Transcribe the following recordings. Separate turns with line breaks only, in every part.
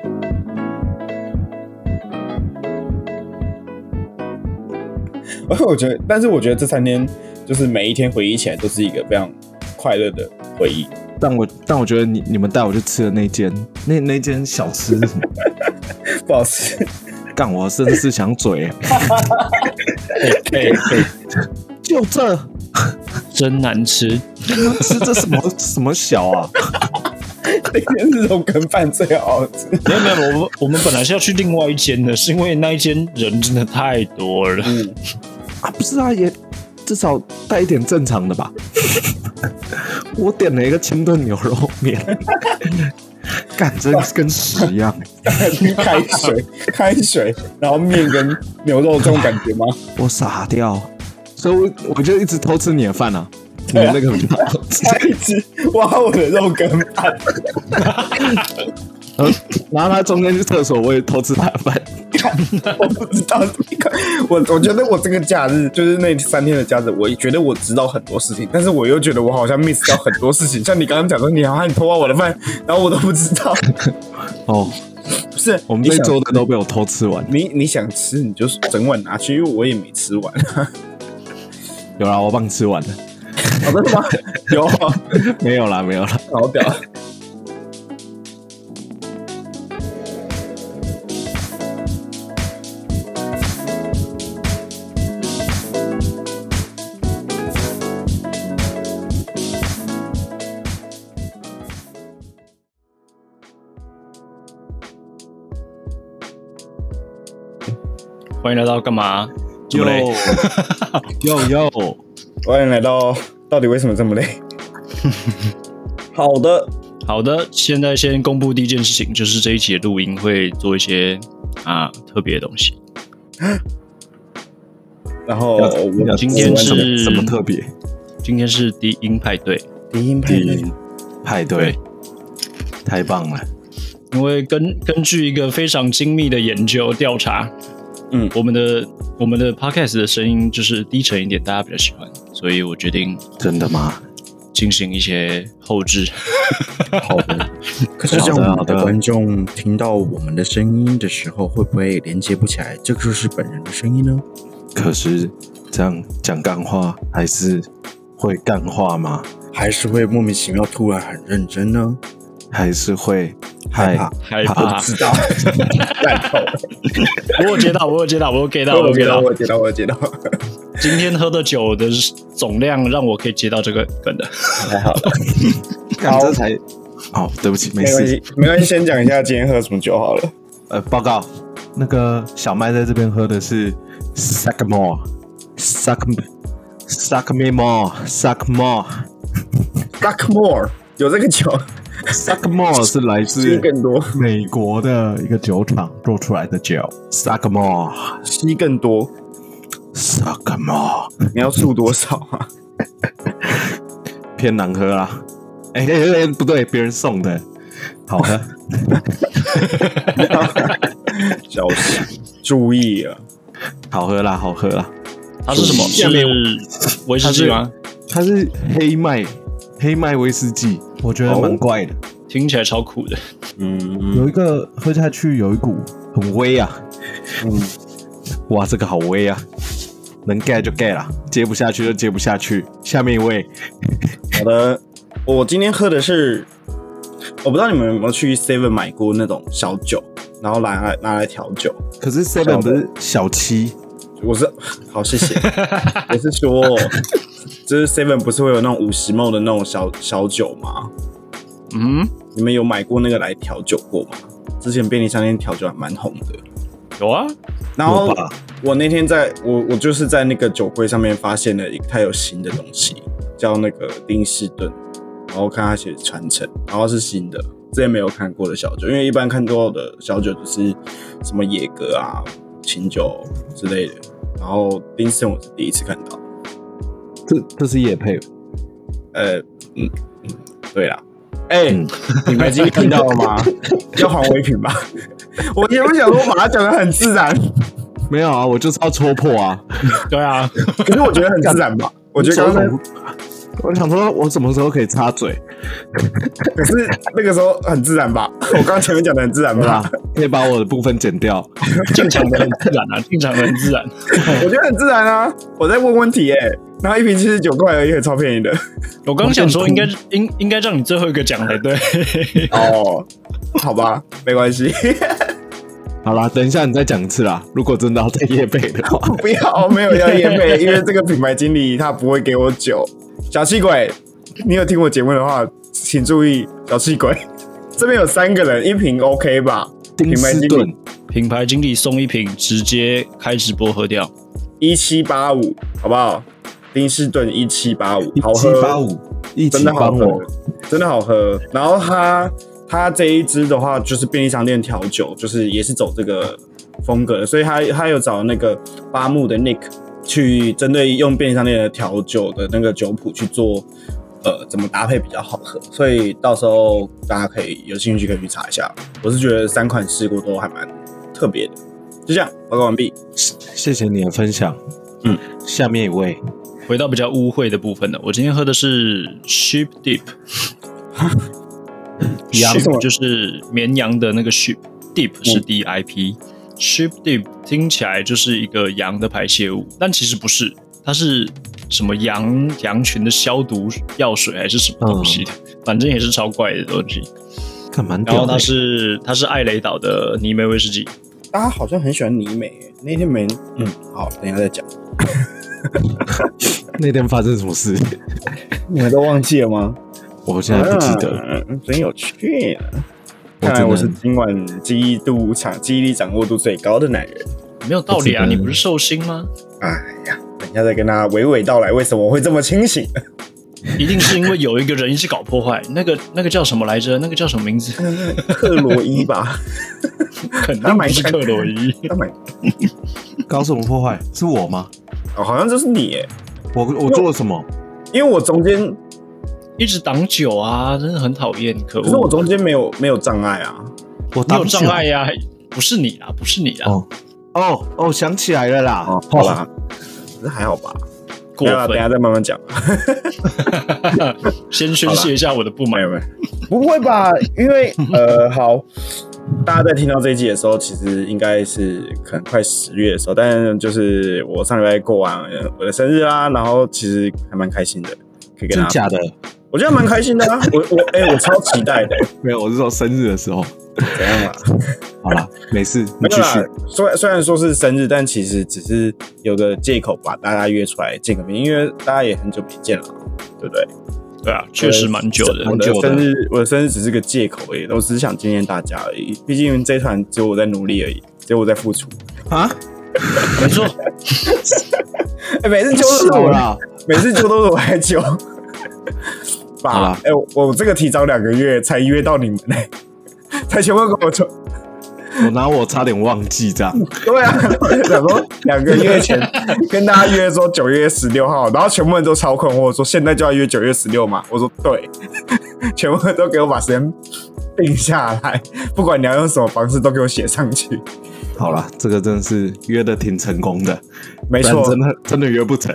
我觉得，但是我觉得这三天就是每一天回忆起来都是一个非常快乐的回忆。
但我但我觉得你你们带我去吃的那间那那间小吃是什么？
不好吃，
干我甚至是想嘴，
可 以可以，
就这
真难吃。
吃这什么什么小啊？
那天是肉羹饭最好吃。
没有没有，我们我们本来是要去另外一间的，是因为那一间人真的太多了。
嗯，
啊，不是啊，也至少带一点正常的吧。 我点了一个清炖牛肉面， 干真是跟屎一样。
开水开水，然后面跟牛肉这种感 觉吗？
我傻掉，所以我我就一直偷吃你的饭啊。你的那个比较好吃，
他一直挖我的肉羹饭，
然后然后他中间去厕所，我也偷吃他的饭。
我不知道这个。我我觉得我这个假日就是那三天的假日，我觉得我知道很多事情，但是我又觉得我好像 miss 掉很多事情。像你刚刚讲说，你好像你偷挖我的饭，然后我都不知道。
哦，
不是，
我们
你
这一
想
桌的都被我偷吃完。
你你想吃你就整碗拿去，因为我也没吃 完。
有啦，我帮你吃完了。
好的 吗？ 有，好
没有啦，没有啦。
屌。
欢迎来到干嘛？
有
有嘞，
有有，
欢迎来到到底为什么这么累？ 好的，
好的，现在先公布第一件事情，就是这一期的录音会做一些啊特别的东西。
然后
要
我
要
今天
什么
是
什么特别
今天是低音派对，
低音派
第
对
一派对？太棒了！
因为根根据一个非常精密的研究调查，
嗯
我们的我们的 podcast 的声音就是低沉一点，大家比较喜欢，所以我决定
真的吗？
进行一些后置。
好的，
可是这样，
好的
我们
好
的
的
观众听到我们的声音的时候，会不会连接不起来？这个就是本人的声音呢？
可是这样讲干话还是会干话吗？
还是会莫名其妙突然很认真呢？
还是会
害
嗨
怕？
害
好
怕
不，知 道，
烂透了。
我有接到，我有接到，我有 get 到，我有
我
get
接到，
到。
我接到，我接到。
今天喝的酒的总量让我可以接到这个梗的。
干这才哦，对不起，没
没关
事。
系，没关系，先讲一下今天喝什么酒好了。
呃，报告，那个小麦在这边喝的是 suck more suck suck me more suck more
Blackmore 有这个酒，
suck more 是来
吃
自
更多，
美国的一个酒厂做出来的酒，suck more
吸更多。
suck more
你要吐多少啊？
偏难喝啦。哎、哎哎不对，别人送的，好喝。
小心，注意啊！
好喝啦，好喝啦！
它是什么？
下面
是威士忌吗？
它是黑麦黑麦威士忌，哦我觉得蛮怪的，
听起来超苦的。
嗯，
有一个喝下去有一股很微啊，
嗯，
哇，这个好微啊！能 get 就 get 啦，接不下去就接不下去。下面一位，
好的。我今天喝的是，我不知道你们有没有去 Seven 买过那种小酒，然后拿来拿来调酒。
可是 Seven 不是小七，
我是好，谢 谢。我是说，就是 Seven 不是会有那种五十 ml 的那种小小酒吗？
嗯，
你们有买过那个来调酒过吗？之前便利商店调酒还蛮红的。
有啊，
然后
有吧
我那天在我我就是在那个酒柜上面发现了一个它有新的东西，叫那个丁士顿，然后看它写传承，然后是新的，之前没有看过的小酒，因为一般看到的小酒就是什么野格啊、琴酒之类的，然后丁士顿我是第一次看到。
这这是叶配，
呃，嗯嗯，对啦，哎、
嗯
你们已经听到了吗？要还我一瓶吧。我也不想说把它讲的很自然，
没有啊，我就是要戳破啊！
对啊，
可是我觉得很自然吧。我觉得刚才
从我想说，我什么时候可以插嘴，
可是那个时候很自 然吧？我刚前面讲的很自然
对吧
吧？？
可以把我的部分剪掉。
进场的很自然啊，进场的很自然。
我觉得很自然啊！我在问问题耶、然后一瓶七十九块而已，超便宜的。
我刚想说应该应应该让你最后一个讲才对。
哦， 好吧，没关系，
好啦，等一下你再讲一次啦。如果真的要再夜背的 话，
不要没有要夜配，因为这个品牌经理他不会给我酒。小气鬼，你有听我节目的话，请注意，小气鬼 这边有三个人，一瓶 OK 吧？
丁
品牌
斯
经
顿
理
品牌经理送一瓶，直接开直播喝掉。
一七八五，好不好？丁士顿一七八五，
一
好
七
喝，
八五，一
真
起
的好
帮
喝
我。，
真的好喝。然后它它这一支的话，就是便利商店调酒，就是也是走这个风格的，所以它它有找那个八木的 Nick 去针对用便利商店的调酒的那个酒谱去做。呃，怎么搭配比较好喝？所以到时候大家可以有兴趣可以去查一下。我是觉得三款试过都还蛮特别的。就这样，报告完毕。
谢谢你的分享。
嗯，
下面一位，
回到比较污秽的部分了，我今天喝的是 sheep dip，羊
是什么
就是绵羊的那个 sheep，dip 是 D I P。sheep dip 听起来就是一个羊的排泄物，但其实不是，它是什么羊羊群的消毒药水还是什么东西的，反正也是超怪的东西。
看蛮
然
屌
后
的
它。是它是艾雷岛的泥梅威士忌，
大家好像很喜欢尼美耶，那天没，嗯，好，等一下再讲。
那天发生什么事？
你们都忘记了吗？
我现在不记得。
啊，真有趣呢。
我
看来我
只
是
能
今晚记忆度长、记忆力掌握度最高的男人。
没有道理啊！
我记
你
得
不是寿星吗？
等一下再跟大家娓娓道来为什么我会这么清醒。
一定是因为有一个人一直搞破坏，那个那个叫什么来着？那个叫什么名字？
克罗伊吧，
肯定不是克罗伊。
他买
搞什么破坏？是我吗？
哦，好像就是你耶，
我我做了什么？
因为我中间，
一直挡酒啊，真的很讨厌，可
可是我
恶！
中间没有没有障碍啊。
我
你
打
有
不起
障
来
碍呀、不是你啊啦，不是你啦，
哦哦哦，想起来了啦！
哦，好啦，这还好吧？
过
没有啦，啊等一
分！
下再慢慢讲。
先宣泄一下我的不
没
满
有。没有，不会吧？因 为呃，好，大家在听到这一集的时候，其实应该是可能快十月的时候，但就是我上礼拜过完呃我的生日啦，然后其实还蛮开心的，可以跟
真
大家，
假的？
我觉得蛮开心的啊，我我哎、我超期待的，哎
没有，我是说生日的时候。
怎样啦？
好啦，没事，你
没有
继
啦
续。，
虽然虽然说是生日，但其实只是有个借口把大家约出来见个面，因为大家也很久没见了，对不对？
对啊，确实蛮久的
蛮
我。的
久的
生日，我的生日只是个借口而已，我只是想纪念大家而已。毕竟这一团只有我在努力而已，只有我在付出。
啊，
没错，
哎、每次揪都是
笑
我，
啦！
每次揪都是我来揪。
好
爸
啦，
哎、我我这个提早两个月才约到你们呢、才全部跟我说。
我拿我差点忘记这样。
对啊，想说两个月前跟大家约说九月十六号，然后全部人都超困惑，说现在就要约九月十六嘛？我说对， 全部人都给我把时间定下来，不管你要用什么方式，都给我写上去。
好啦，这个真的是约的挺成功的，
没
不然
错，
真的真的约不成。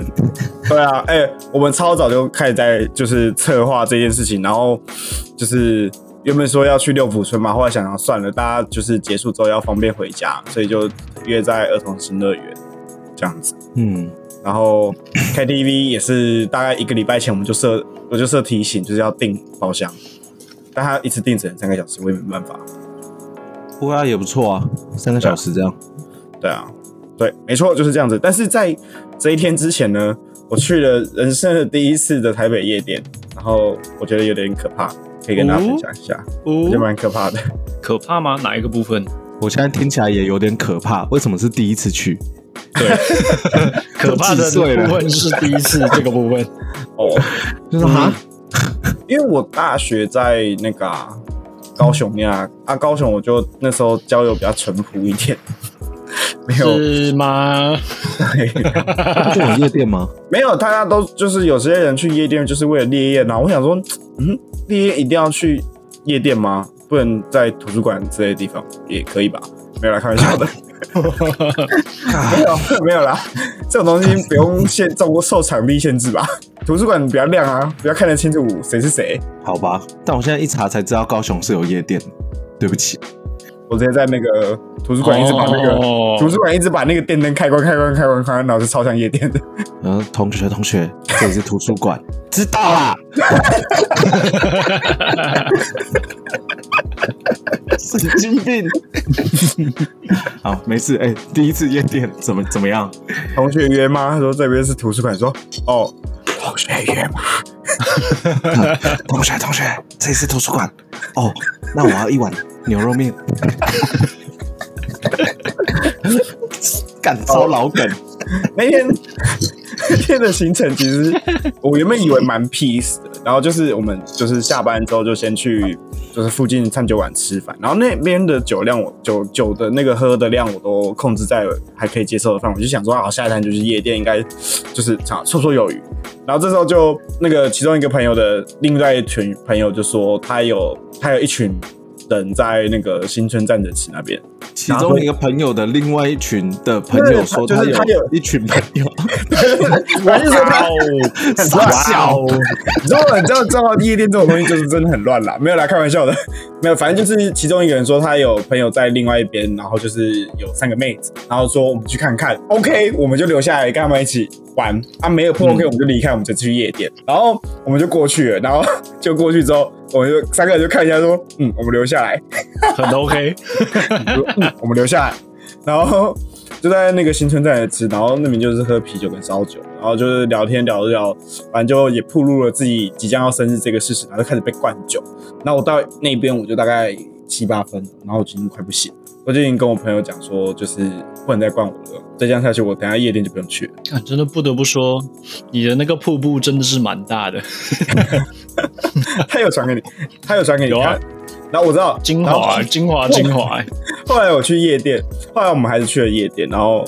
对啊，哎、我们超早就开始在就是策划这件事情，然后就是原本说要去六福村嘛，后来想想算了，大家就是结束之后要方便回家，所以就约在儿童新乐园这样子。
嗯，
然后 KTV 也是大概一个礼拜前我们就设我就设提醒，就是要订包厢，但他一次订只能三个小时，我也没办法。
不过啊也不错啊，三个小时这样。
对啊，对，没错，就是这样子。但是在这一天之前呢，我去了人生的第一次的台北夜店，然后我觉得有点可怕，可以跟大家分享一下，我觉得
哦，
蛮可怕的。
可怕吗？哪一个部分？
我现在听起来也有点可怕，为什么是第一次去？
可怕的
几岁了
部分是第一次这个部分。
哦，
就是啊，
因为我大学在那个啊、高雄念啊，啊高雄我就那时候交友比较淳朴一点， 没有
是吗？
这种夜店吗？
没有，大家都就是有些人去夜店就是为了烈焰啊。我想说，嗯，烈焰一定要去夜店吗？不能在图书馆之类的地方也可以吧？没有啦，开玩笑的。没有没有啦，这种东西不用限受受场地限制吧？图书馆比较亮啊，比较看得清楚谁是谁。
好吧，但我现在一查才知道高雄是有夜店的，对不起。
我直接在那个图书馆一直把那个、
哦
图书馆一直把那个电灯开关开关开关开关，老师超像夜店的。
嗯，同学 同学，这里是图书馆，知道啦。 神经 病。好，没事。哎、第一次夜店怎么怎么样？
同学约吗？他说这边是图书馆，说哦，同学约吗？
同学同学，这里是图书馆。哦，那我要一碗牛肉面。 感超老梗，
那天那天的行程其实我原本以为蛮 peace 的，然后就是我们就是下班之后就先去就是附近餐酒馆吃饭，然后那边的酒量我酒酒的那个喝的量我都控制在还可以接受的范围，就想说好下一单就是夜店，应该就是啊绰绰有余。然后这时候就那个其中一个朋友的另外一群朋友就说他有他有一群人在那个新村站着骑那边，
其中一个朋友的另外一群的朋友说，
对
他
就是
有
他有
一群朋友，
反正就是他
傻笑。
你知道，你知道，知道夜店这种东西就是真的很乱啦， 没有啦，开玩笑的，没有，反正就是其中一个人说他有朋友在另外一边，然后就是有三个妹子，然后说我们去看看，OK，我们就留下来跟他们一起玩啊，没有不 OK 我们就离开，我们就去夜店，然后我们就过去了，然后 就过去之后，我们就三个人就看一下说，嗯，我们留下来，
很 OK，
我说嗯，我们留下来，然后就在那个新村站着吃，然后那边就是喝啤酒跟烧酒，然后就是聊天聊着聊，反正就也暴露了自己即将要生日这个事实，然后就开始被灌酒。然后我到那边我就大概七八分，然后我已经快不行了，我就已经跟我朋友讲说，就是不能再灌我了，再这样下去我等下夜店就不用去了。
看啊真的不得不说，你的那个瀑布真的是蛮大的，
他有传给你，他有传给你
有啊
看。然后我知道
精
然后
华啊精华 精华，
后来我去夜店，后来我们还是去了夜店，然后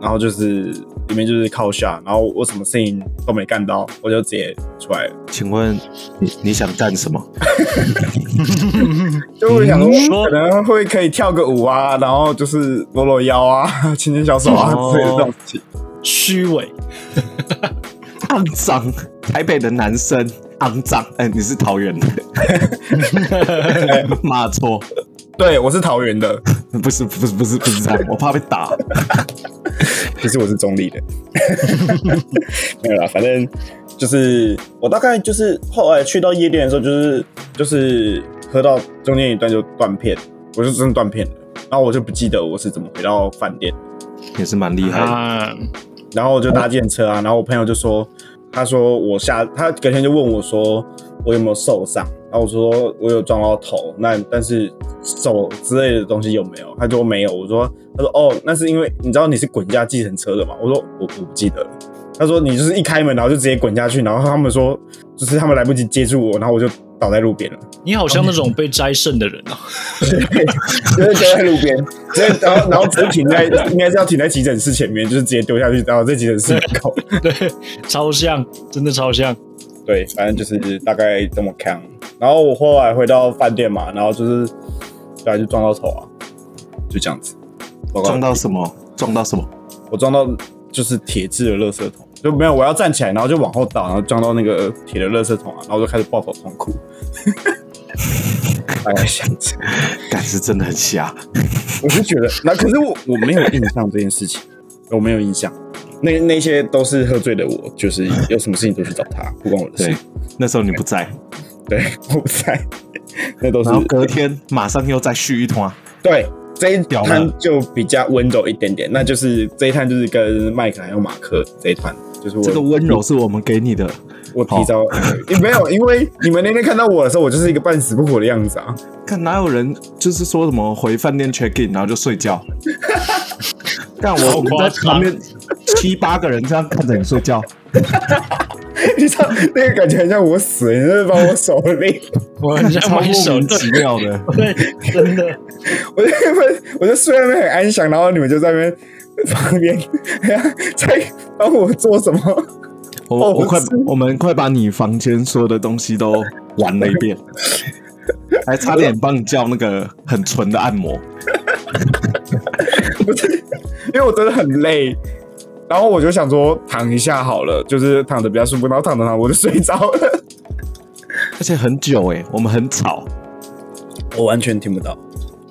然后就是里面就是靠下，然后我什么事情都没干到，我就直接出来了。
请问你你想干什么？
就我想
嗯
说，可能会可以跳个舞啊，然后就是搂搂腰啊， 牵牵小手啊
哦
之类的这种事情。
虚伪，
肮脏，台北的男生肮脏。哎、你是桃园的， 骂错，
对，我是桃园的，
不是不是不是不是这样，我怕被打。
其实我是中立的， 没有啦，反正就是我大概就是后来去到夜店的时候，就是就是喝到中间一段就断片，我就真的断片了，然后我就不记得我是怎么回到饭店，
也是蛮厉
哎
害的，
啊，
然后我就搭电车啊，然后我朋友就说，他说我下，他隔天就问我说我有没有受伤，然后我说我有撞到头，那但是手之类的东西有没有？他说没有，我说他说哦，那是因为你知道你是滚下计程车的嘛？我说我我不记得了。他说你就是一开门然后就直接滚下去，然后他们说就是他们来不及接住我，然后我就倒在路边了，
你好像那种被摘肾的人啊，
就是丢在路边， 直接然后然后直接停在应该是要停在急诊室前面，就是直接丢下去，然后在急诊室门口。
对，超像，真的超像，
对，反正就是大概这么看。然后我后来回到饭店嘛，然后就是对啊，就撞到头啊，就这样子。报告
撞到什么？撞到什么？
我撞到就是铁质的垃圾桶，就没有我要站起来，然后就往后倒，然后撞到那个铁的垃圾桶啊，然后我就开始抱头痛哭。 大概想起，
感是真的很瞎。
我就觉得，那可是我我没有印象这件事情，我没有印象。那那些都是喝醉的我，就是有什么事情都去找他，不关我的
对
事。，
那时候你不在，
对，我不在， 那都是
然后隔天马上又再续一啊团。
对，这一
屌了
摊就比较温柔一点点，那就是这一摊就是跟麦克还有马克这一摊，就是我
这个温柔是我们给你的，
我提早、 因没有，因为你们那天看到我的时候，我就是一个半死不活的样子啊，
看哪有人就是说什么回饭店 check in 然后就睡 觉？但我
好
我在
夸张
旁边七八个人这样看着你睡 觉，
你知道那个感觉很像我死了，你就是把我手累，
我很像
超莫
买手
名其
对
妙的。
对，真的，
我在那边 我就睡在那边很安详，然后你们就在那边旁边，哎呀，在帮我做什么？
哦
我我快
是
我们快把你房间所有的东西都玩了一 遍，还差点帮你叫那个很纯的按摩。
因为我真的很累。然后我就想说躺一下好了，就是躺着比较舒服。然后躺着躺着我就睡着了，
而且很久哎、我们很吵，
我完全听不到，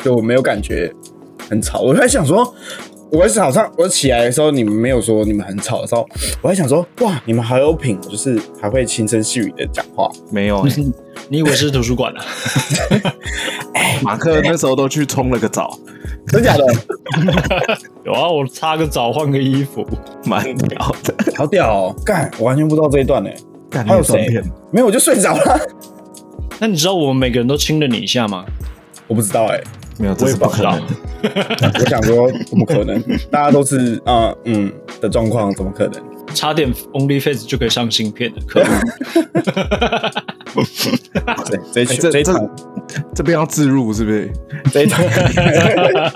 就我没有感觉很吵。我还想说，我在早上我起来的时候，你们没有说你们很吵的时候，我还想说哇，你们好有品，就是还会轻声细语的讲话。
没有、 欸。
你以为是图书馆啊？
马克那时候都去冲了个澡，
真假的？
有啊，我擦个澡，换个衣服。
蛮屌的。
好屌、哦！干，我完全不知道这一段呢、欸
干
还有
那段
谁
片
没有，我就睡着了。
那你知道我们每个人都亲了你一下吗？
我不知道哎、
没有，这是不可能
我也
的。
我想说怎么 可能？大家都是啊、呃嗯的状况，怎么可能？
差点 OnlyFans 就可以上芯片的，可恶！
这这一
哎
群这一场
这边要自入是不是？
这一场，对啊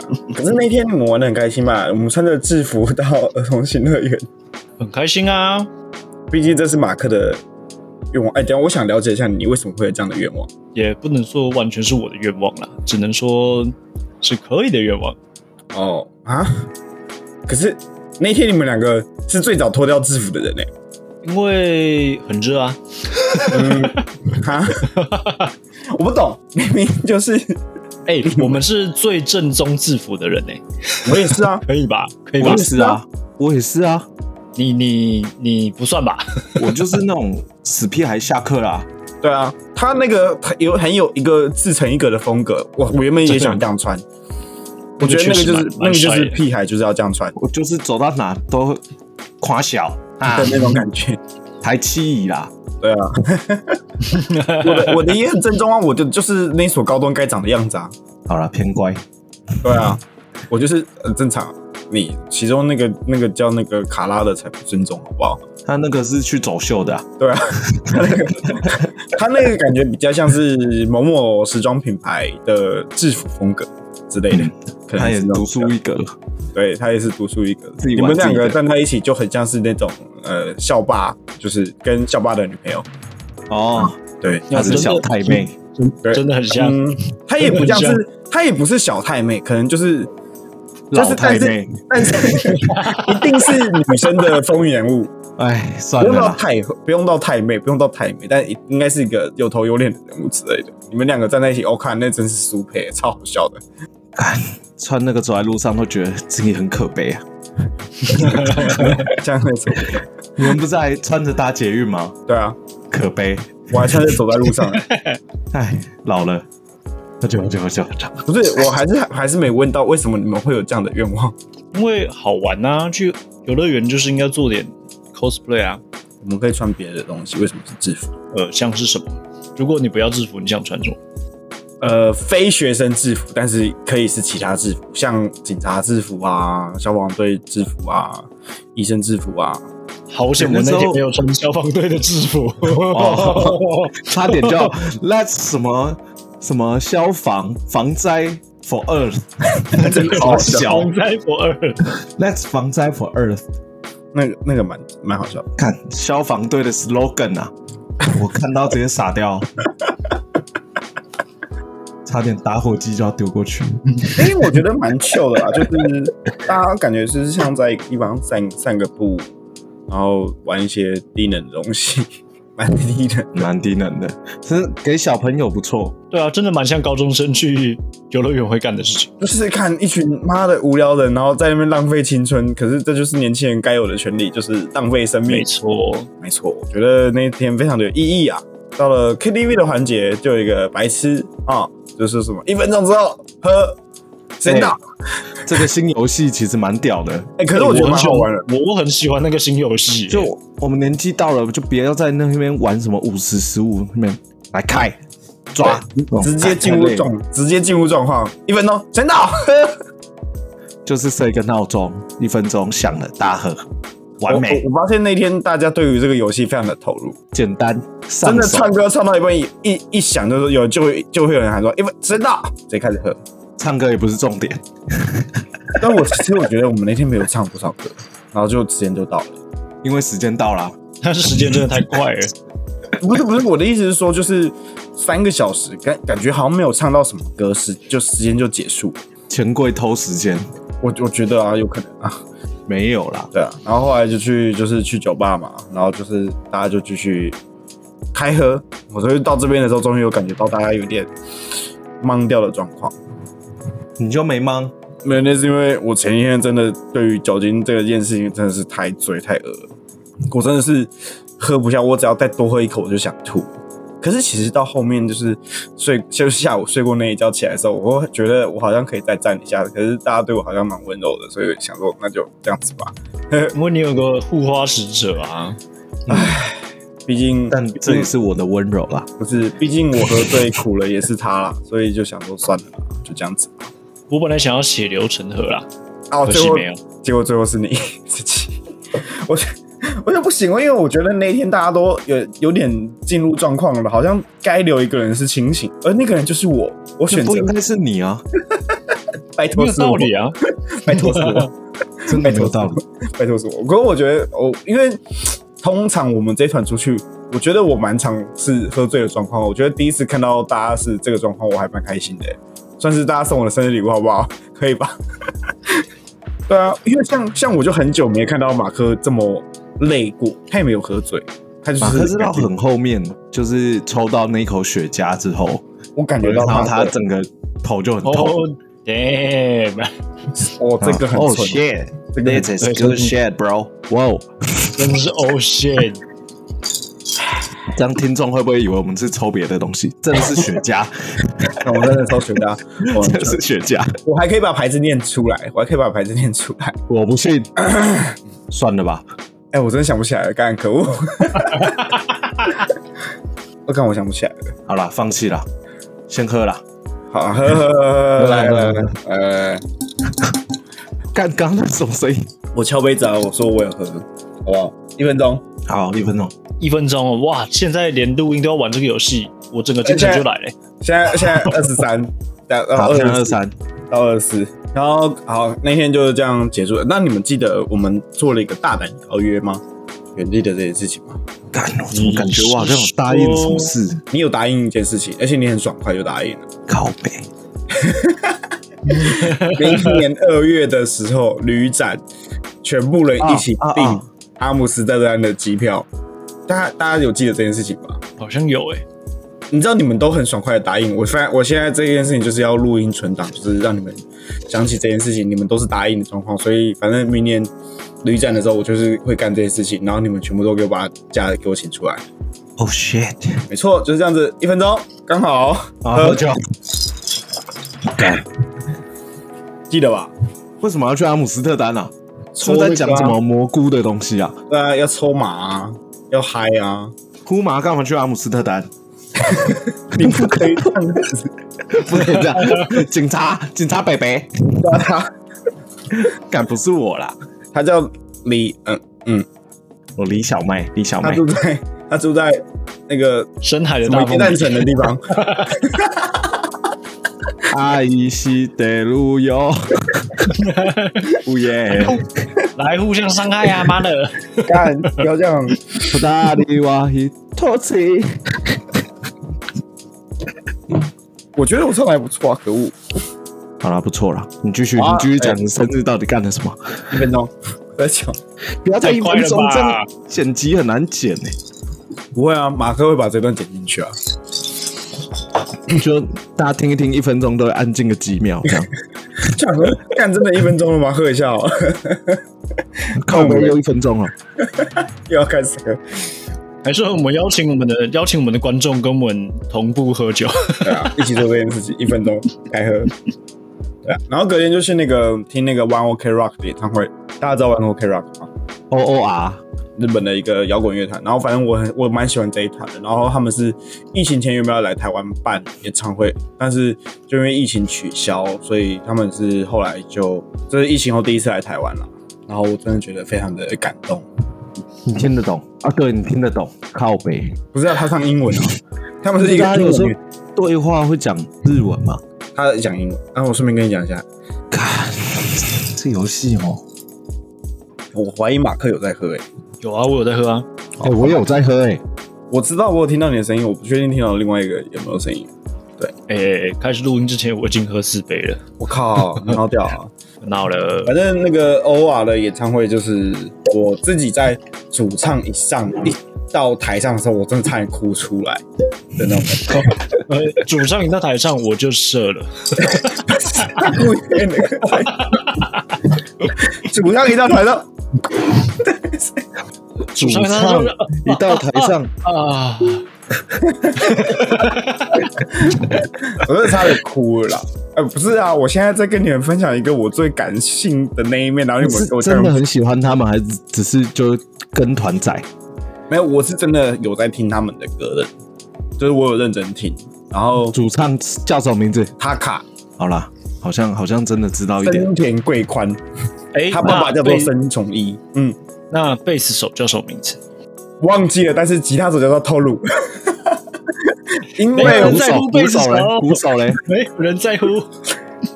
可是那天我们玩的很开心吧？我们穿着制服到儿童新乐园，
很开心啊。
毕竟这是马克的愿望。哎、等一下我想了解一下你为什么会有这样的愿望？
也不能说完全是我的愿望啦，只能说是可以的愿望。
哦啊，可是那天你们两个是最早脱掉制服的人呢、欸
因为很热啊，
哈，啊 我不懂，明明就是
哎、我们是最正宗制服的人哎、
我也是啊，
可以吧？可以
我
吧
也？是啊，我也是啊，
你你你不算吧？
我就是那种死屁孩下课啦。
对啊，他那个他有很有一个自成一格的风格，我我原本也想这样穿，我觉得那个就是
那个
那个
确实蛮
就
蛮帅
是
的
屁孩就是要这样穿
我就是走到哪都夸小啊
的，那种感 觉。
台七乙啦，
对啊，我的我的也很正宗啊，我的就是那所高中该长的样子啊。
好了，偏乖，
对啊，我就是很正常。啊你其中那个那个叫那个卡拉的才不正宗，好不好？
他那个是去走秀的、啊，
对啊， 他那个他那个感觉比较像是某某时装品牌的制服风格之类的，可能
嗯他也
是那种
独树一格，
对他也是独树一格。
自己玩
你们两
自
个
己的
站在一起就很像是那种呃校霸，就是跟校霸的女朋友。
哦，
对，
他是嗯小太妹，
对
真的很像。
嗯，他也不像
真的
是，他也不是小太妹，可能就是就
老
是
太
但是
妹，
但是 一定是女生的风云人 物，
哎，
不
算
用
了
到
啦，
太不用到太妹，不用到太妹，但应该是一个有头有脸的人物之类的。你们两个站在一起，我、哦看那真是苏佩，超好笑 的。
穿那个走在路上都觉得自己很可悲啊。
这样那种，
你们不是还穿着搭捷运吗？
对啊，
可悲，
我还穿着走在路 上、欸，
哎，老了，喝酒喝酒喝酒喝酒，
不是，我还是还是没问到为什么你们会有这样的愿望。
因为好玩啊，去游乐园就是应该做点 cosplay 啊，
我们可以穿别的东西，为什么是制服？
呃，像是什么？如果你不要制服，你想穿什么？
呃，非学生制服，但是可以是其他制服，像警察制服啊、消防队制服啊、医生制服 啊。
好险，我
那时
那
候
天没有穿消防队的制服。
哦差点叫 Let's 什么什么消防防灾 for Earth，真的好小
防灾不二，
，Let's 防灾 for Earth。
那个那个蛮蛮好笑的，
看消防队的 slogan 啊，我看到直接傻掉，差点打火机就要丢过去。
因为我觉得蛮秀的啦，啊就是大家感觉就是像在一个地方散散个步，然后玩一些低能的东西，蛮低能。
蛮低能的，其实给小朋友不错。
对啊，真的蛮像高中生去游乐园会干的事情。
就是看一群妈的无聊人，然后在那边浪费青春，可是这就是年轻人该有的权利，就是浪费生命
没。错，
没错，我觉得那天非常的有意义啊。到了 KTV 的环节，就有一个白痴啊，就是什么一分钟之后喝，时间到。
这个新游戏其实蛮屌的，
哎、可是我觉得蛮好玩的。
我我很喜欢那个新游戏，
就我们年纪到了，就别要在那边玩什么五十十五那边来开抓，
直接进入
状，
状，直接进入状况，一分钟，时间到。喝
就是设一个闹钟，一分钟响了大喝，完美
我我我发现那天大家对于这个游戏非常的投入，
简单，
真
上
的
手
唱歌唱到一半，一一一响就是有就会就会有人喊说一分时间到，直接开始喝。
唱歌也不是重点，
但我其实我觉得我们那天没有唱多少歌，然后就时间就到了。
因为时间到了。
但是时间真的太快了。
不是不是，我的意思是说，就是三个小时，感感觉好像没有唱到什么歌，时就时间就结束。
钱柜偷时间
我我觉得啊，有可能啊，
没有啦，
对啊。然后后来就去就是去酒吧嘛，然后就是大家就继续开喝。我所以到这边的时候，终于有感觉到大家有点懵掉的状况。
你就没mang。
没有，那是因为我前一天真的对于酒精这件事情真的是太醉太饿了，我真的是喝不下，我只要再多喝一口我就想吐。可是其实到后面就是睡，就是下午睡过那一觉起来的时候，我会觉得我好像可以再站一下，可是大家对我好像蛮温柔的，所以想说那就这样子吧。
因为你有个护花使者啊，
毕竟，
但这也是我的温柔啦。
不是，毕竟我喝醉苦了也是他啦，所以就想说算了吧，就这样子。
我本来想要血流成河啦，
啊，我
可
最
惜
后
没有。
结果最后是你 自己。我觉我觉得不行，哦因为我觉得那一天大家都有有点进入状况了，好像该留一个人是清醒，而那个人就是我，我选
那
择
不应该是你啊，
拜
没
托
有
是我，
道理啊，
拜托是我，
真的没有道理。
拜托是我。可是我觉得我因为通常我们这一团出去，我觉得我蛮常是喝醉的状况，我觉得第一次看到大家是这个状况，我还蛮开心的、算是大家送我的生日礼物好不好？ 可以吧？对啊，因为像像我就很久没看到马克这么累过，他也没有喝醉，他就是
马克知道
感觉
很后面，就是抽到那一口雪茄之后，
我感觉
然
到
后
他
他整个头就很
哦
痛。
，damn，
我、哦、这个很
哦
蠢，这个很
，shit，this is good shit, bro。哇哦，
真 的是 oh shit，
这样听众会不会以为我们是抽别的东西？真的是雪 茄，
我真的超学 的啊，我很
真的
蠢
是雪茄，
我还可以把牌子念出来，我还可以把牌子念出来。
我不信。 算了吧，
哎、我真的想不起来了，干可恶！我干，我想不起来了。
好了，放弃了，先喝了。
好，啊呵呵呵呵来来来，呃，
干，刚刚那是什么声音？
我敲杯子啊，我说我有喝，好不好？一分钟，
好，一分钟。
一分钟哦，哇，现在连录音都要玩这个游戏，我整个精神就来了。
现在现在二十三，到
好，现在啊二
二
三。
到二十四，然后好，那天就是这样结束了。那你们记得我们做了一个大胆邀约吗？你们记得这件事情吗？
干，我怎么感觉我好像有答应什么事？
你有答应一件事情，而且你很爽快就答应了。
靠背。
明年二月的时候，旅展全部人一起
啊啊
订
啊
阿姆斯特丹的机票。大家大家有记得这件事情吧？
好像有欸诶、
你知道你们都很爽快的答应我，发我现在这件事情就是要录音存档，就是让你们想起这件事情，你们都是答应的状况，所以反正明年旅展的时候，我就是会干这些事情，然后你们全部都给我把假给我请出来，
Oh shit！
没错，就是这样子，一分钟刚好，
啊，
喝
喝酒。干，
记得吧？
为什么要去阿姆斯特丹啊？是
抽
不是
那
在
个啊
讲什么蘑菇的东西啊？
对啊，要抽马啊，要嗨啊，
呼麻干嘛去阿姆斯特丹？
你不可以这样子，
不能这样， 警察，警察北北，
抓 他。
敢不是我啦，
他叫李，嗯嗯，
我李小妹，李小
他
妹
住在他住在那个
深海的
什
大
么鸡
风里
蛋城的地方，
阿姨西德路哟，呜耶，
来互相伤害 啊！妈的，
干不要这样，
大力哇嘿，托起，
我觉得我唱的还不错啊，可恶，
好了，不错了，你继续，你
好啊
继续讲
哎
你生日到底干了什么？
一分钟，再讲。
不要再一分钟，
太
这
快了
样
吧
剪辑很难剪呢、
不会啊，马克会把这段剪进去啊。
就大家听一听，一分钟都会安静个几秒这样。
这样说干真的一分钟了吗？喝一下哦，
靠背又一分钟了，
又要开始喝。
还是我们邀请我们的邀请我们的观众跟我们同步喝酒，
对啊，一起做这件事情，一分钟该喝。对啊，然后隔天就去那个听那个 One OK Rock 的演唱会，大家知道 One OK Rock 吗？
O O R，
日本的一个摇滚乐团，然后反正我很我蛮喜欢这一团的。然后他们是疫情前原本要来台湾办演唱会，但是就因为疫情取消，所以他们是后来就这是疫情后第一次来台湾了。然后我真的觉得非常的感动，
你听得懂啊？对，你听得懂。靠背，
不是啊，他唱英文啊，他们是一个
大家
英
有时
文
候
乐，
对话会讲日文吗？
他讲英文。那、啊、我顺便跟你讲一下，
看这游戏哦，
我怀疑马克有在喝欸诶、
有啊，我有在喝啊，
哎、我有在喝哎、
我知道我有听到你的声音，我不确定听到另外一个有没有声音。
哎、哎哎开始录音之前我已经喝四杯了，
我靠，很好屌啊！
闹 了
反正那个欧瓦的演唱会，就是我自己在主唱一上一到台上的时候，我真的差点哭出来的那种感觉。
呃，主唱你在台上我就射了，
故意那个 主唱一到台上，
主唱他
唱
就
一到台上，
啊，
我真的差点哭了啦。呃，不是啊，我现在在跟你们分享一个我最感性的那一面，然后你
你
们
是
哎给我
真的
讲
很喜欢他们，还是只是就跟团仔？
没有，我是真的有在听他们的歌的，就是我有认真听。然后
主唱叫什么名字？
他卡
好啦，好像好像真的知道一点。
森田贵宽，
哎、
他爸爸叫做
那贝
森重一，嗯，
那贝斯手叫什么名字？
忘记了，但是吉他手叫做透露。 因
没
为
有
鼓
在
手
乎，贝
鼓
斯
手
手
嘞，鼓手嘞，
没有人在乎，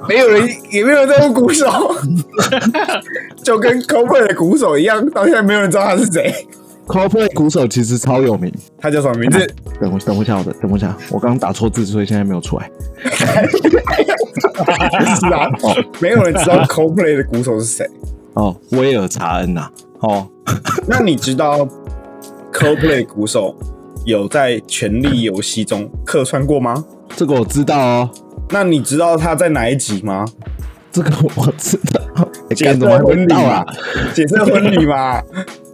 没有人，也没有人在乎鼓手，就跟 Coldplay 的鼓手一样，到现在没有人知道他是谁。
Coldplay 鼓手其实超有名。
他叫什么名字？
等我等我一下，我的等我一下，我刚刚打错字，所以现在没有出来。
是啊，没有人知道 Coldplay 的鼓手是谁。
哦，威尔查恩呐、哦，
那你知道 Coldplay 鼓手有在《权力游戏》中客串过吗？
这个我知道哦，
那你知道他在哪一集吗？
这个我知道。哎
解
干
释
怎么还
婚
不
礼
到啊
嘛？，解释婚礼嘛。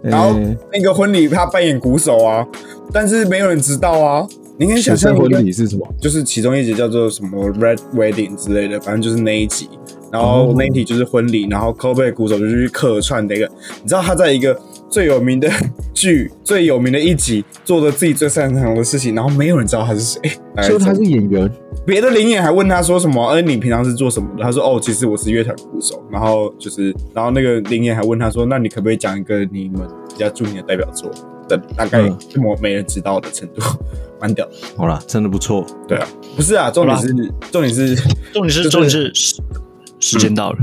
然后
哎
那个婚礼他扮演鼓手啊，但是没有人知道啊。你可以想
学
象
生
一
婚
个
礼是什么？
就是其中一集叫做什么 Red Wedding 之类的，反正就是那一集。然后
哦
那一集就是婚礼，然后 Kobe 鼓手就去客串那个。你知道他在一个最有名的剧、最有名的一集做着自己最擅长的事情，然后没有人知道他是谁。
所以他是演员，
别的灵眼还问他说什么？哎、你平常是做什么的？他说哦，其实我是乐团鼓手。然后就是，然后那个灵眼还问他说，那你可不可以讲一个你们比较著名的代表作？但大概
嗯
这么没人知道的程度，蛮屌的。
好啦，真的不错。
对啊，不是啊，重点是重点是
重点
就
是
是
重点是时时间到了。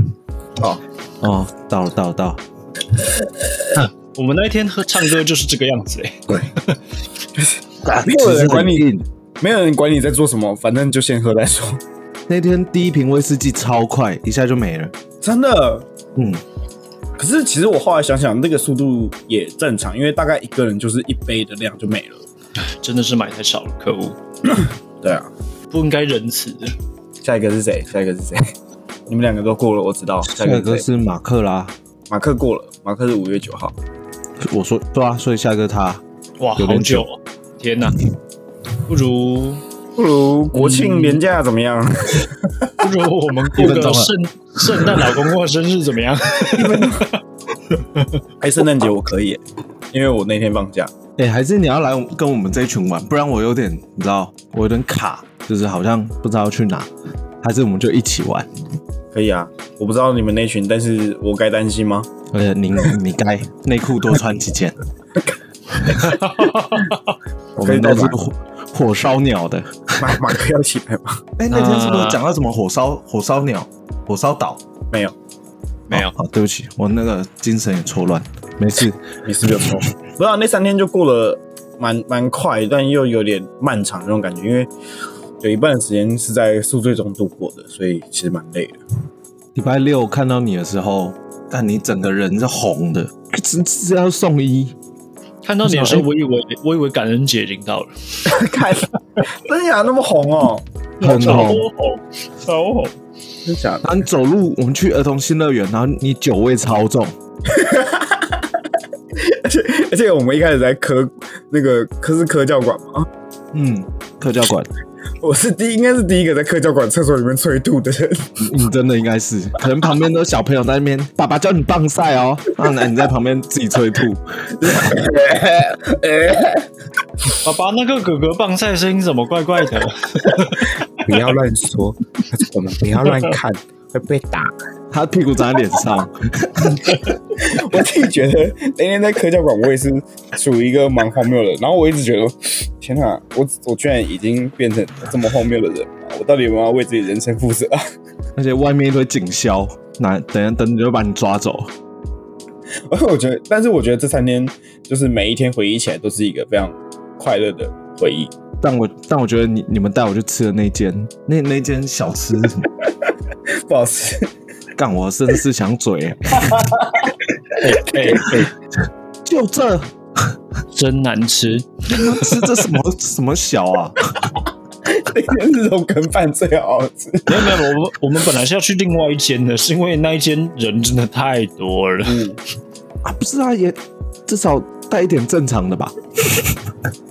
哦，
哦，到了到了到了，
我们那一天喝唱歌就是这个样子、哎，
对，没
其
有人
实
管
很
你，
硬。
没有人管你在做什么，反正就先喝再说。
那天第一瓶威士忌超快，一下就没了。
真的，
嗯，
可是其实我后来想想，那个速度也正常，因为大概一个人就是一杯的量就没了。
真的是买太少了，可恶，
对啊，
不应该仁慈的。
下一个是谁？下一个是谁？你们两个都过了，我知道。下
下
一
一
个
个
是谁
是马克啦。
马克过了，马克是五月九号。
我说对啊，所以下一个他
哇，
有
好
点
久、哦，天哪！不如
不如国庆年假怎么样？
不如我 们过
一分钟
个
了
圣圣诞老公公的生日怎么样？
哎，圣诞节我可以耶，因为我那天放假。
哎、还是你要来跟我们这一群玩，不然我有点，你知道，我有点卡，就是好像不知道去哪，还是我们就一起玩。
可以啊，我不知道你们那群，但是我该担心吗？
而且您呃你该内裤多穿几件，我们都是火火烧鸟的。
马马克要起来吗？
哎、那天是不是讲到什么火烧火烧鸟、火烧岛？
没有，
没有
哦，好，对不起，我那个精神也错乱，没事。
你是不是有错？不知道那三天就过了蛮蛮快，但又有点漫长那种感觉，因为有一半的时间是在宿醉中度过的，所以其实蛮累的。
礼拜六看到你的时候，但你整个人是红的，是是要送医。
看到你的时候，我以为我以为感恩节已经到了，
看，真假那么红哦？
很
超
红
红，超红，
真假的？
然后你走路，我们去儿童新乐园，然后你酒味超重，
而且而且我们一开始在科那个科是科教馆嘛，
嗯，特教馆，
我是第应该是第一个在科教馆厕所里面催吐的人。
你嗯真的应该是，可能旁边都是小朋友在那边， 爸爸叫你棒赛哦，然后你在旁边自己催吐，
爸爸，那个哥哥棒赛声音怎么怪怪 的？
不要乱说，我们不要乱看，会被打。
他屁股长在脸 上，
我自己觉得那天在科教馆，我也是属于一个蛮荒谬的人。然后我一直觉得，天哪，我我居然已经变成这么荒谬的人了，我到底有没有为自己人生负责啊？
而且外面一堆警消，那等一下等你就把你抓走，
我觉得，但是我觉得这三天就是每一天回忆起来都是一个非常快乐的回忆。
但我但我觉得你你们带我去吃的那间，那那间小吃是什么？
不好吃。
干我真的是想嘴，
哎、
就这
真难吃，
吃啊这什么什么小啊？
哎
那间这种梗饭最好吃。
没有没有，我们我们本来是要去另外一间的，是因为那一间人真的太多了。
嗯，
啊，不是啊，也至少带一点正常的吧。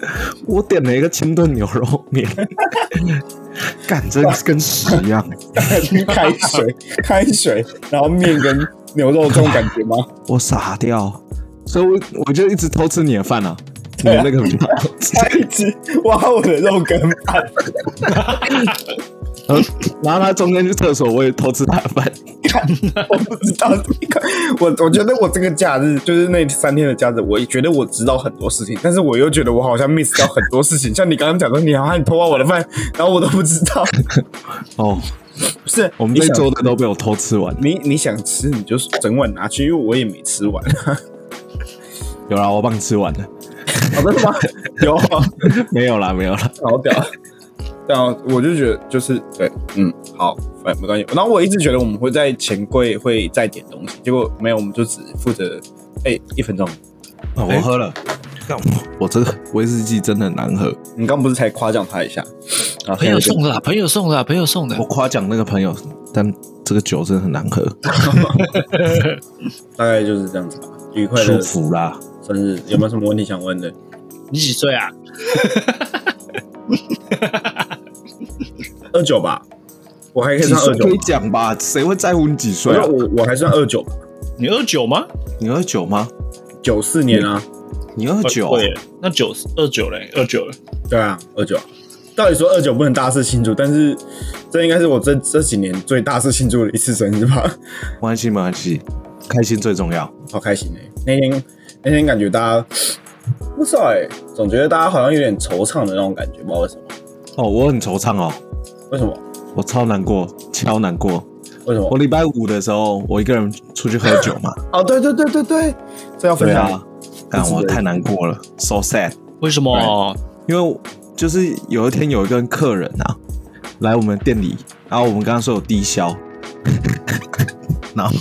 我点了一个清炖牛肉面， 干真是跟屎一样。
开水，开水，然后面跟牛肉这种感觉吗？
我傻掉，所以我我就一直偷吃你的饭啊。你的那个比较好吃，
他一直挖我的肉羹饭，
然后然后他中间去厕所，我也偷吃他的饭。
我不知道这个。我我觉得我这个假日就是那三天的假日，我觉得我知道很多事情，但是我又觉得我好像 miss 掉很多事情。像你刚刚讲说，你好像你偷挖我的饭，然后我都不知 道。
哦，
不是，
我们
你
这一
想
桌的都被我偷吃完。
你你想吃你就整碗拿去，因为我也没吃 完。
有啦，我帮你吃完了。
好哦的吗？有，啊好
没有啦，没有啦。
屌。 然后啊我就觉得就是对，嗯，好，反正没关系。然后我一直觉得我们会在钱柜会再点东西，结果没有，我们就只负责哎、一分钟。
啊，我喝了。但我哎我这个威士忌真的很难喝。
你刚不是才夸奖他一下？然后
朋
现在
友
就
送的啦，啊朋友送的啦，朋友送的
我。夸奖那个朋友，但这个酒真的很难喝，
大概就是这样子吧。愉快
舒
的
服啦。
生日，有没有什么问题想问的？
你几岁啊？
二九吧，我还可以
几
算
岁
二九
可以。讲吧？谁会在乎你几岁
我
啊
说？我我还算二九，
你二九吗？
你二九吗？
九四年啊，
你二九
哦对耶，那九二九嘞，二九了。
对啊，二九。到底说二九不能大肆庆祝，但是这应该是我这这几年最大肆庆祝的一次生日吧。
没关系，没关系，开心最重要。
好开心哎、那天那天感觉大家不知道哎、总觉得大家好像有点惆怅的那种感觉，不知道为什么？
哦，我很惆怅哦，
为什么？
我超难过，超难过。
为什
我
么？
礼拜五的时候，我一个人出去喝酒嘛。
哦，对对对对对，这要分
对
享。
啊，但我太难过了，so sad。
为什么？
因为就是有一天有一个客人啊，来我们店里，然后我们刚刚说有低消， 然后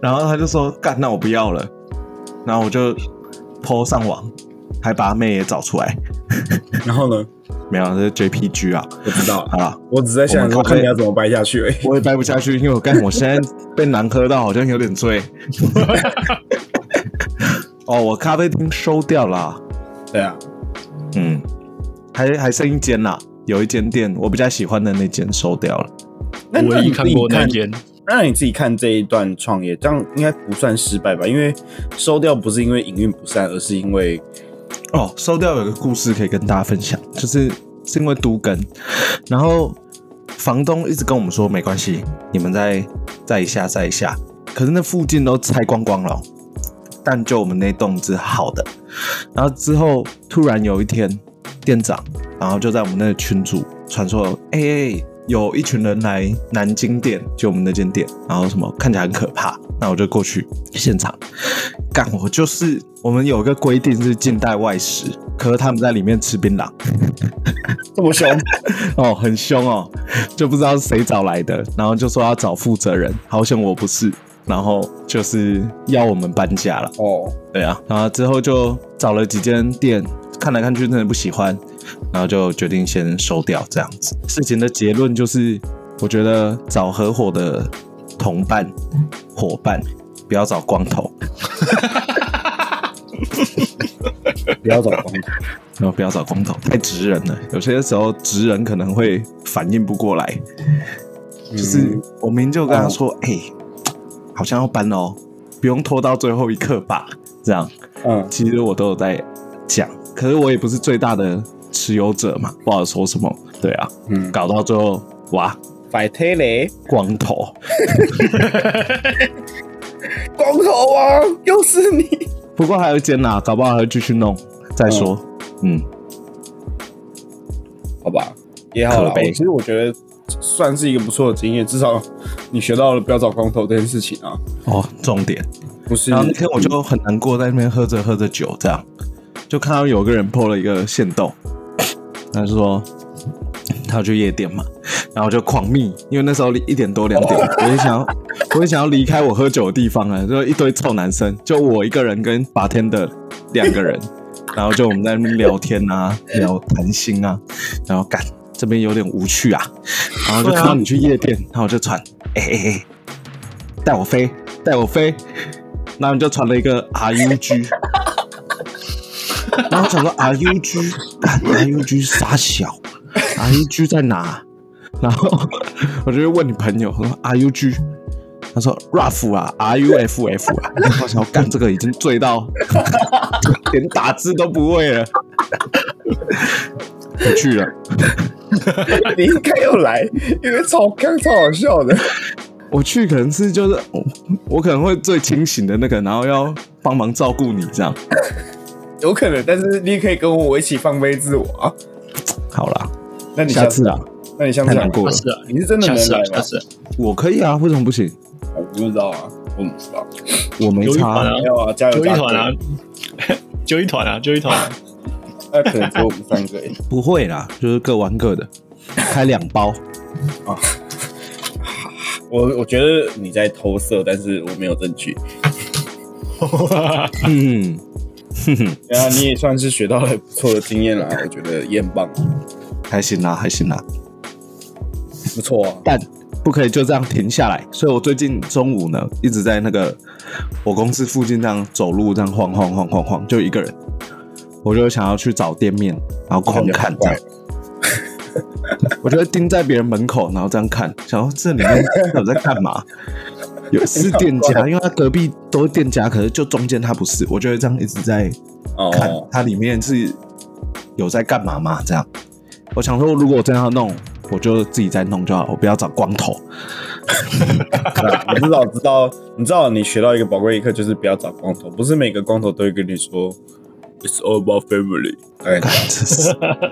然后他就说干，那我不要了，然后我就 PO 上网，还把他妹也找出来，
然后呢？
没有，这是 JPG 啊，
不知道
好
啊，
了。
我只在想
我们
说
可不可
看
以
你要怎么掰下去而已。
我也待不下去，因为我干，我现在被难喝到，好像有点醉。 哦，我咖啡厅收掉了啊，
对啊，
嗯，还还剩一间啦，有一间店我比较喜欢的那间收掉了。
那
我
那
唯一
你
看
自己
过那间，
那你自己看这一段创业，这样应该不算失败吧？因为收掉不是因为营运不善，而是因为
哦，收掉有个故事可以跟大家分享，就是是因为都跟，然后房东一直跟我们说没关系，你们再再一下再一下，可是那附近都拆光光了哦，但就我们那栋是好的。然后之后突然有一天，店长然后就在我们那个群组传说，哎、欸有一群人来南京店，就我们那间店，然后什么看起来很可怕，那我就过去现场干，我就是我们有一个规定是近代外食，可是他们在里面吃槟榔，
这 么凶，
哦，很凶哦，就不知道是谁找来的，然后就说要找负责人，好像我不是，然后就是要我们搬家了。
哦，
对啊，然后之后就找了几间店，看来看去真的不喜欢，然后就决定先收掉这样子。事情的结论就是，我觉得找合伙的同伴、伙伴，不要找光头，
不要找光头。
然后不要找光头，太直人了。有些时候直人可能会反应不过来，就是我明就跟他说，哎、好像要搬哦，不用拖到最后一刻吧，这样。
嗯，
其实我都有在讲，可是我也不是最大的持有者嘛，不好说什么。对啊，
嗯
搞到最后哇，
摆推雷，
光头，
光头王又是你。
不过还有一间啦，搞不好还会继续弄再说。嗯，
好吧，也好啦
可
我
悲
其实我觉得算是一个不错的经验，至少你学到了不要找光头这件事情啊，
哦，重点。
不是
然后那天我就很难过，在那边喝着喝着酒，这样就看到有个人破了一个线洞，他就说他要去夜店嘛，然后就狂密，因为那时候一点多两点，我就想要，我就想要离开我喝酒的地方了，就一堆臭男生，就我一个人跟白天的两个人，然后就我们在那边聊天啊，聊谈心啊，然后干这边有点无趣啊，然后就看到你去夜店，然后我就传，哎哎哎，带我飞，带我飞，然后你就传了一个 R U G。然后想说 R U G，干 R U G 傻小，R 啊 U G 在哪？然后我就会问你朋友，我说 R U G，他说 Ruff 啊，R U F F 啊，我想说干这个已经醉到 连打字都不会了，不去了。
你应该要来，因为超刚超好笑的。
我去可能是就是我我可能会最清醒的那个，然后要帮忙照顾你这样。
有可能，但是你也可以跟我一起放飞自我啊。
好啦，
那你
下次啊，
那你下次
太
想
难过了
下。次啊，
你是真的
下
能
次
来
啊，
吗
下？次啊，
我可以啊，为什么不行？
我不知道啊，我不知道。
我没
有一
差
团
啊、
啊，
没有啊，加油
揪一
加油！
团啊， 揪一团啊，揪一团啊，
那呃可能只有我们三个而已。
不会啦，就是各玩各的，开两 包。
我我觉得你在偷色，但是我没有证据。
嗯，
然后啊你也算是学到了不错的经验啦，我觉得也很棒，
还行啦，还行啦，
不错啊。
但不可以就这样停下来。所以我最近中午呢，一直在那个我公司附近这样走路，这样晃晃晃晃晃，就一个人。我就想要去找店面，然后狂看这样。我就会盯在别人门口，然后这样看，想说这里面到底在干 嘛？有是店家，因为他隔壁都是店家，可是就中间他不是，我就会这样一直在看
哦，
它里面是有在干嘛嘛？这样，我想说，如果我真的要弄，我就自己再弄就好，我不要找光头。
你至少知道，你知道你学到一个宝贵一课，就是不要找光头，不是每个光头都会跟你说 "It's all about family"。哎，
干这是干，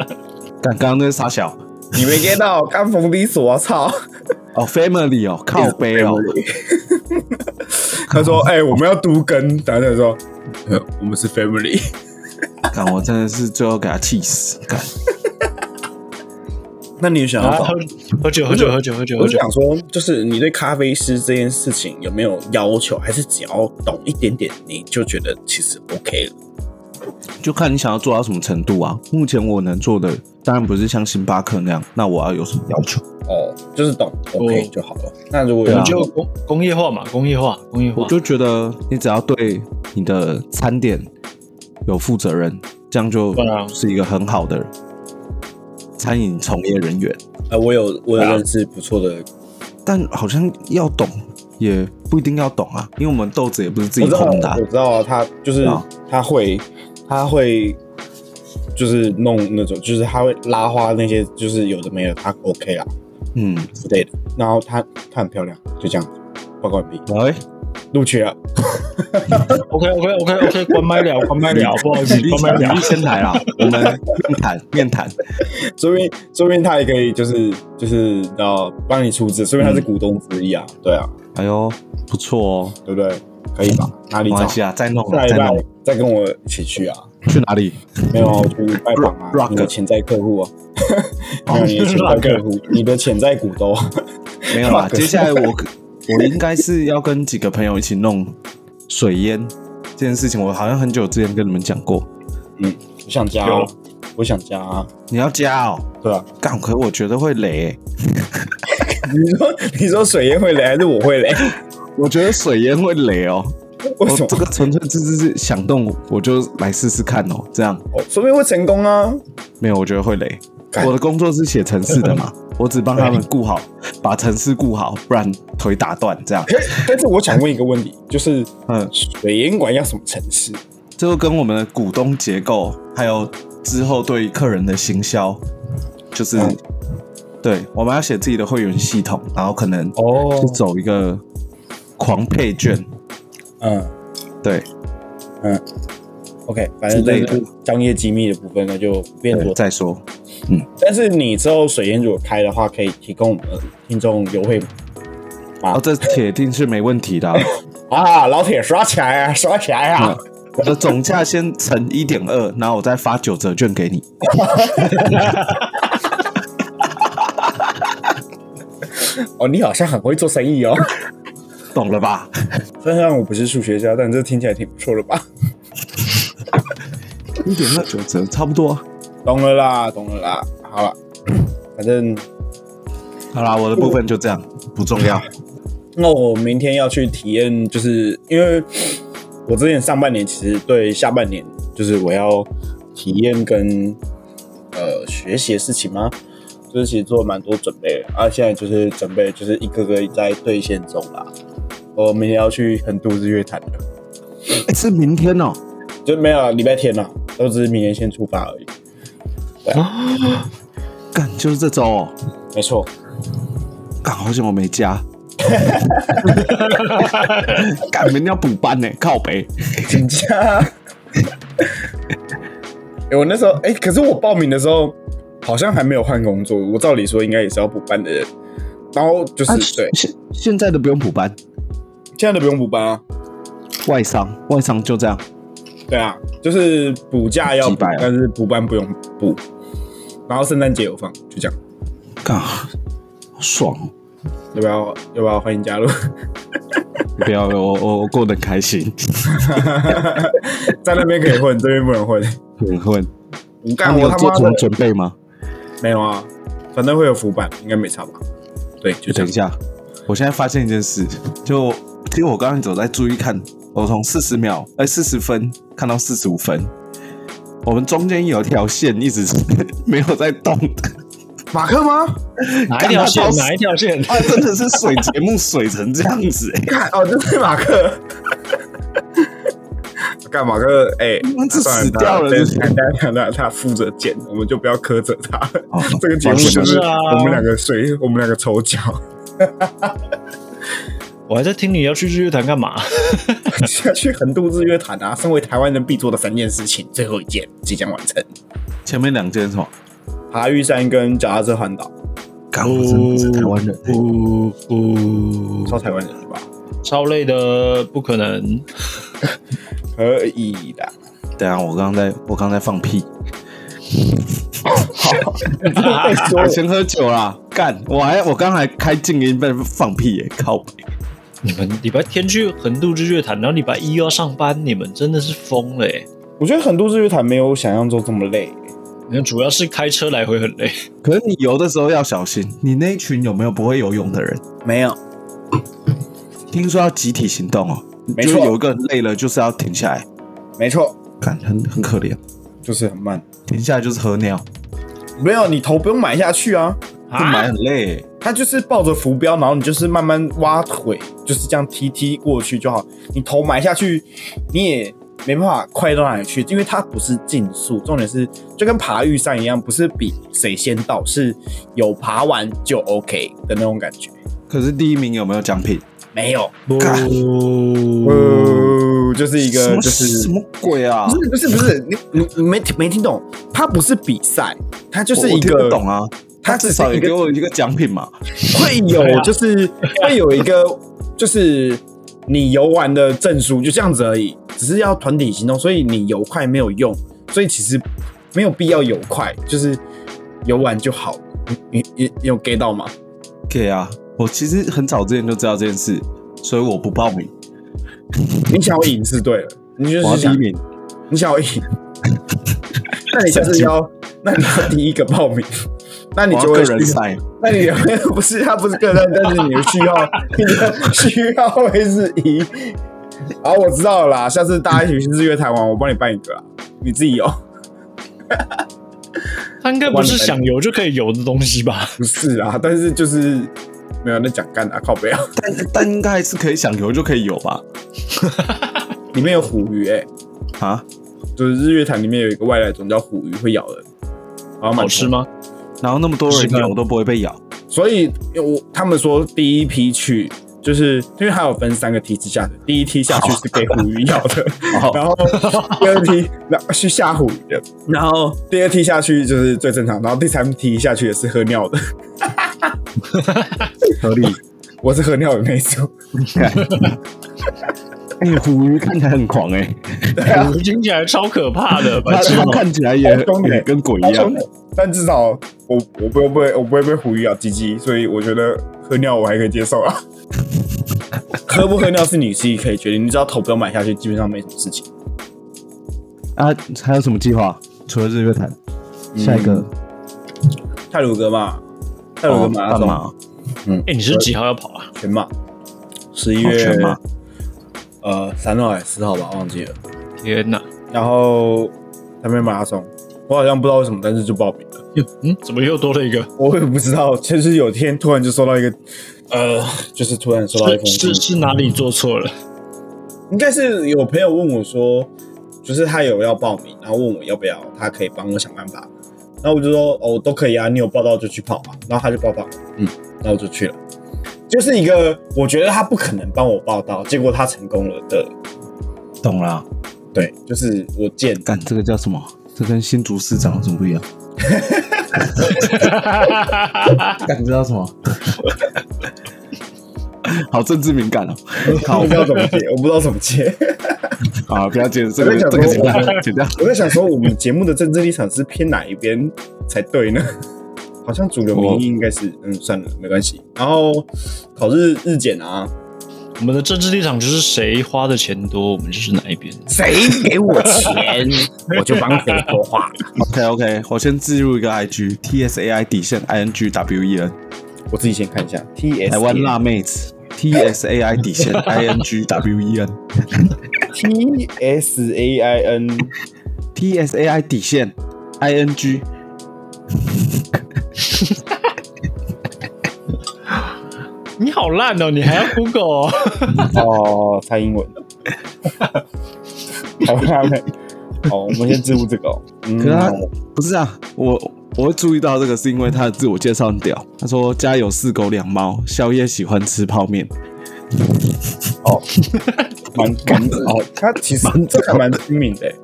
刚刚那是傻小
你没 get 到，干逢低锁，我 操！
哦，family 哦，靠背哦，
他说：“哎、我们要独根。”然后他说：“呃 我们是 family。
干，我真的是最后给他气死。干，”
那你想要
啊
找？
喝喝酒，喝酒，喝酒，喝酒，
我
喝
是
酒。
想说，就是你对咖啡师这件事情有没有要求，还是只要懂一点点，你就觉得其实 OK 了？
就看你想要做到什么程度啊。目前我能做的，当然不是像星巴克那样。那我要有什么要求？
哦，就是懂 OK 就好了。那如果有
对啊
你就工工业化嘛，工业化，工业化
我。就觉得你只要对你的餐点有负责任，这样就
对啊
是一个很好的餐饮从业人员。
呃，我有我有
对啊
认识不错的，
但好像要懂，也不一定要懂啊，因为我们豆子也不是自己
我知道
烘的啊、
我知道啊，他就是
啊
他会他会就是弄那种，就是他会拉花那些，就是有的没的，他 OK 啦
嗯，
之类的。然后他他很漂亮，就这样子。报告完毕，
喂，
录取了。
OK OK OK OK，关麦了，关麦了，不好意思
举，例
关麦
举
了
例。 先 来啦，我们面谈面谈，
说不定说不定他也可以就是就是呃帮你出资，说不
嗯
定他是股东之一啊，对啊，
哎呦，不错哦，
对不对？可以吧？哪里
没
找
关？系啊，再弄
下
啊，
礼
再
拜
弄，
再跟我一起去啊？
去哪里？
没有啊，我去拜访啊
Rock，
你的潜在客户啊，
哦
没有你的潜在 客户，你的潜在股东啊，
没有啦，接下来我我应该是要跟几个朋友一起弄水烟这件事情，我好像很久之前跟你们讲过，
嗯，我想加啊
有，
我想加啊，
你要加哦，
对啊，
干，可我觉得会雷欸、
你说 你说水淹会雷还是我会雷？
我觉得水烟会雷哦。
为
我
什么
这？个纯粹只是想动，我就来试试看哦。这样
说不定会成功啊！
没有，我觉得会雷。
干
我的工作是写程式的嘛，我只帮他们顾好，把程式顾好，不然腿打断。这样，
可但是我想问一个问题，就是
嗯，
水淹馆要什么城市？
这就跟我们的股东结构，还有之后对客人的行销，就是、
嗯
对，我们要写自己的会员系统，然后可能
哦
就走一个狂配券，
嗯。
对，
OK，反正
之
这
类
个
的
是商业机密的部分呢，就不便多谈。
对再说。
但是你之后水烟如果开的话，可以提供我们听众优惠码
哦，这铁定是没问题的啊、
啊！老铁刷起来啊，刷起来啊！
我的总价先乘一点二，然后我再发九折券给你。
哦，你好像很会做生意 哦。
懂了吧？
虽然我不是数学家，但这听起来挺不错的吧？
一点二九折，差不多啊。
懂了啦，懂了啦，好了，反正
好啦，我的部分就这样，不重要。
那我明天要去体验，就是因为我之前上半年其实对下半年，就是我要体验跟呃学习的事情嘛，就是其实做了蛮多准备的，啊，现在就是准备就是一个个在兑现中啦。我明天要去横渡日月潭了，
哎，是明天哦。
就没有啊礼拜天了，都只是明天先出发而已。
干，就是这周哦。
没错，
干，好险我没加。 干，明天要补班呢，靠北。
请假。 欸我那时候哎、欸可是我报名的时候好像还没有换工作，我照理说应该也是要补班的人。然后就是、对，
现啊现在的不用补班，
现在都不用补班啊，
外商外商就这样。
对啊，就是补假要
几
补
百啊，
但是补班不用补。然后圣诞节有放，就这样。
干，好爽哦。
要不要要不要欢迎加入？
不要，我我我过得很开心，
在那边可以混，这边不能混。
很混。
我
那
干
你
我
有
他
做
妈
什么
的
准备吗？
没有啊，反正会有浮板，应该没差吧？对，就这
等
样
一。下，我现在发现一件事，就其实我刚刚走在注意看，我从四十秒哎四十分看到四十五分，我们中间有一条线一直是 没有在动的，
马克吗？
哪一条线
干？他超
哪一条 线？
啊，真的是水节目水成这样子、 哎
看哦，就是马克。 干马克， 哎、
妈这
算
死掉了
他
这是
他他他他负责剪，我们就不要苛责他。
哦
这个节目就是是
啊
我们两个谁，我们两个丑角。
我还在听你要去日月潭干嘛？
下去横渡日月潭啊，身为台湾人必做的三件事情，最后一件即将完成：
前面两件是什么？
爬玉山跟脚踏车环岛。
干，我
哦
真的是台湾人、哎
不不，
超台湾人是吧？
超累的，不可能。
可以的。
等一下，我刚刚在我刚刚在放屁，
再哎说
我啊先喝酒啦。干，我还我刚才开静音被放屁、哎，靠北！
你们礼拜天去横渡日月潭，然后礼拜一又要上班，你们真的是疯了欸！
我觉得横渡日月潭没有我想象中这么累。
你看，主要是开车来回很累。
可是你游的时候要小心，你那一群有没有不会游泳的人？
没有，
听说要集体行动哦，
没
就是
错
有一个人累了就是要停下来，
没错，
看很很可怜，
就是很慢。
停下来就是喝尿，
没有，你头不用埋下去啊，
不买很累。
它就是抱着浮标，然后你就是慢慢挖腿，就是这样踢踢过去就好。你头埋下去，你也没办法快到哪里去，因为它不是竞速，重点是就跟爬玉山一样，不是比谁先到，是有爬完就 OK 的那种感觉。
可是第一名有没有奖品？
没有，
干
哦，就是一
什
个
么
就是
什么鬼啊
不？是不是不是，你你你没没听懂，它不是比赛，它就
我
是
我
一
听
个
不懂啊，
它
他
只
至
是
少
一
也
个
给我一个奖品嘛。
会
啊
有就是会有一个 就是你游玩的证书，就这样子而已，只是要团体行动，所以你游快没有用，所以其实没有必要游快，就是游玩就好。你你你有 get 到吗？
给啊，我其实很早之前就知道这件事，所以我不报名，
你想要赢是对了，你就
我要
是
第
想
一名。
你想要 赢，那你就是要那你要第一个报名，那你
我要
就
个
会
人
去
赛，
那你有没有不是他不是个人，但是你的序号，你的序号会是一。好，我知道了啦，下次大家一起去日月潭玩，我帮你办一个啦，你自己哦游。
他应该不是想游就可以游的东西吧？
不是啊，但是就是没有那讲干啊，靠背啊，
但但应该还是可以想游就可以游吧？
里面有虎鱼哎、
啊，
就是日月潭里面有一个外来种叫虎鱼，会咬人，然后蛮
好吃吗？
然后那么多
是
人
的
游都不会被咬，
所以我他们说第一批去，就是因为它有分三个梯次下的，第一梯下去是给虎鱼咬的，
哦
然 后第二梯那是吓虎鱼的，然后第二梯下去就是最正常，然后第三梯下去也是喝尿的，
合理。
我是喝尿的那一种。
哎，虎鱼看起来很狂 哎、
我听起来超可怕 的，白
他
痴
他
哦
看起来也
好凶欸
也跟鬼一
好
样
凶。但至少我我不会被我不会被虎鱼咬鸡鸡，所以我觉得喝尿我还可以接受啊。 喝不喝尿是你自己可以决定，你只要头不要埋下去，基本上没什么事情。
啊，还有什么计划？除了日月潭，
嗯
下一个
泰鲁格嘛，泰鲁格马拉
干
松
嘛？
哎，你是几号要跑啊？
全马，十一
哦
月
全马
呃三号还是四号吧，忘记了。
天哪！
然后台北马拉松，我好像不知道为什么，但是就报名了。
嗯，怎么又多了一个？
我也不知道，就是有天突然就收到一个，呃，就是突然收到一封
是
信
是，是哪里做错了？
应该是有朋友问我说，就是他有要报名，然后问我要不要，他可以帮我想办法。然后我就说哦，都可以啊，你有报到就去跑嘛。然后他就报到，嗯，然后我就去了。就是一个我觉得他不可能帮我报到，结果他成功了的，
懂了，
对，就是我 见
干这个叫什么？这跟新竹市长有什么 不一样？感知道什么？好政治敏感哦！
我不知道怎么接，我不知道怎么接。
啊，不要接这个
我在，想
这个
说
简单，简单。
我在想说，我们节目的政治立场是偏哪一边才对呢？ 好像主流民意应该是，嗯，算了，没关系。然后考日日检啊，
我们的政治立场就是谁花的钱多，我们就是哪一边。
谁给我钱，我就帮谁说话。
OK OK，我先置入一个 IG T S A I 底线 I N G W E N
我自己先看一下 T S
台湾辣妹子 T S A I 底线 I N G W E N
T S A I N
T S A I 底线 I N G
你好烂哦，你还要 Google 哦？
哦，蔡英文，好辣妹。好，我们先支付这个、哦。嗯
可是他不是啊，我我会注意到这个是因为他的自我介绍很屌。他说家有四狗两猫，宵夜喜欢吃泡面。
蛮蛮哦，他其实这还蛮聪明的欸，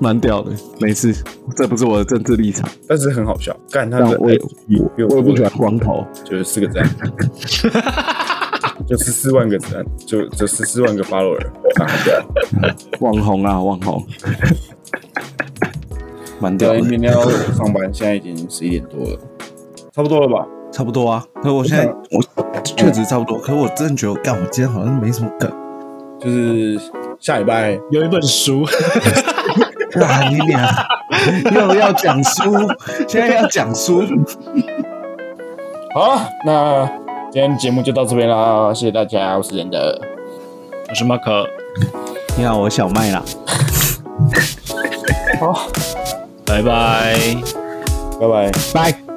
蛮屌的，没事，这不是我的政治立场，
但是很好笑。干他
但
的，
我也
比
我也不喜欢光头。
就是四个赞，就十四万个赞，就就十四万个 follower 啊。
网红啊，网红， 蛮屌
对，
的，
明天要上班，现在已经十一点多了，差不多了吧？嗯
差不多啊。可我现在我确实差不多，可我真的觉得，干，我今天好像没什么 梗。
就是下礼拜
有一本书，
啊，你俩 又要讲书，现在要讲书，
好了，那今天节目就到这边啦，谢谢大家，我是仁德。
我是 Mark，
你好，我小麦啦，
拜拜。
拜拜。
拜。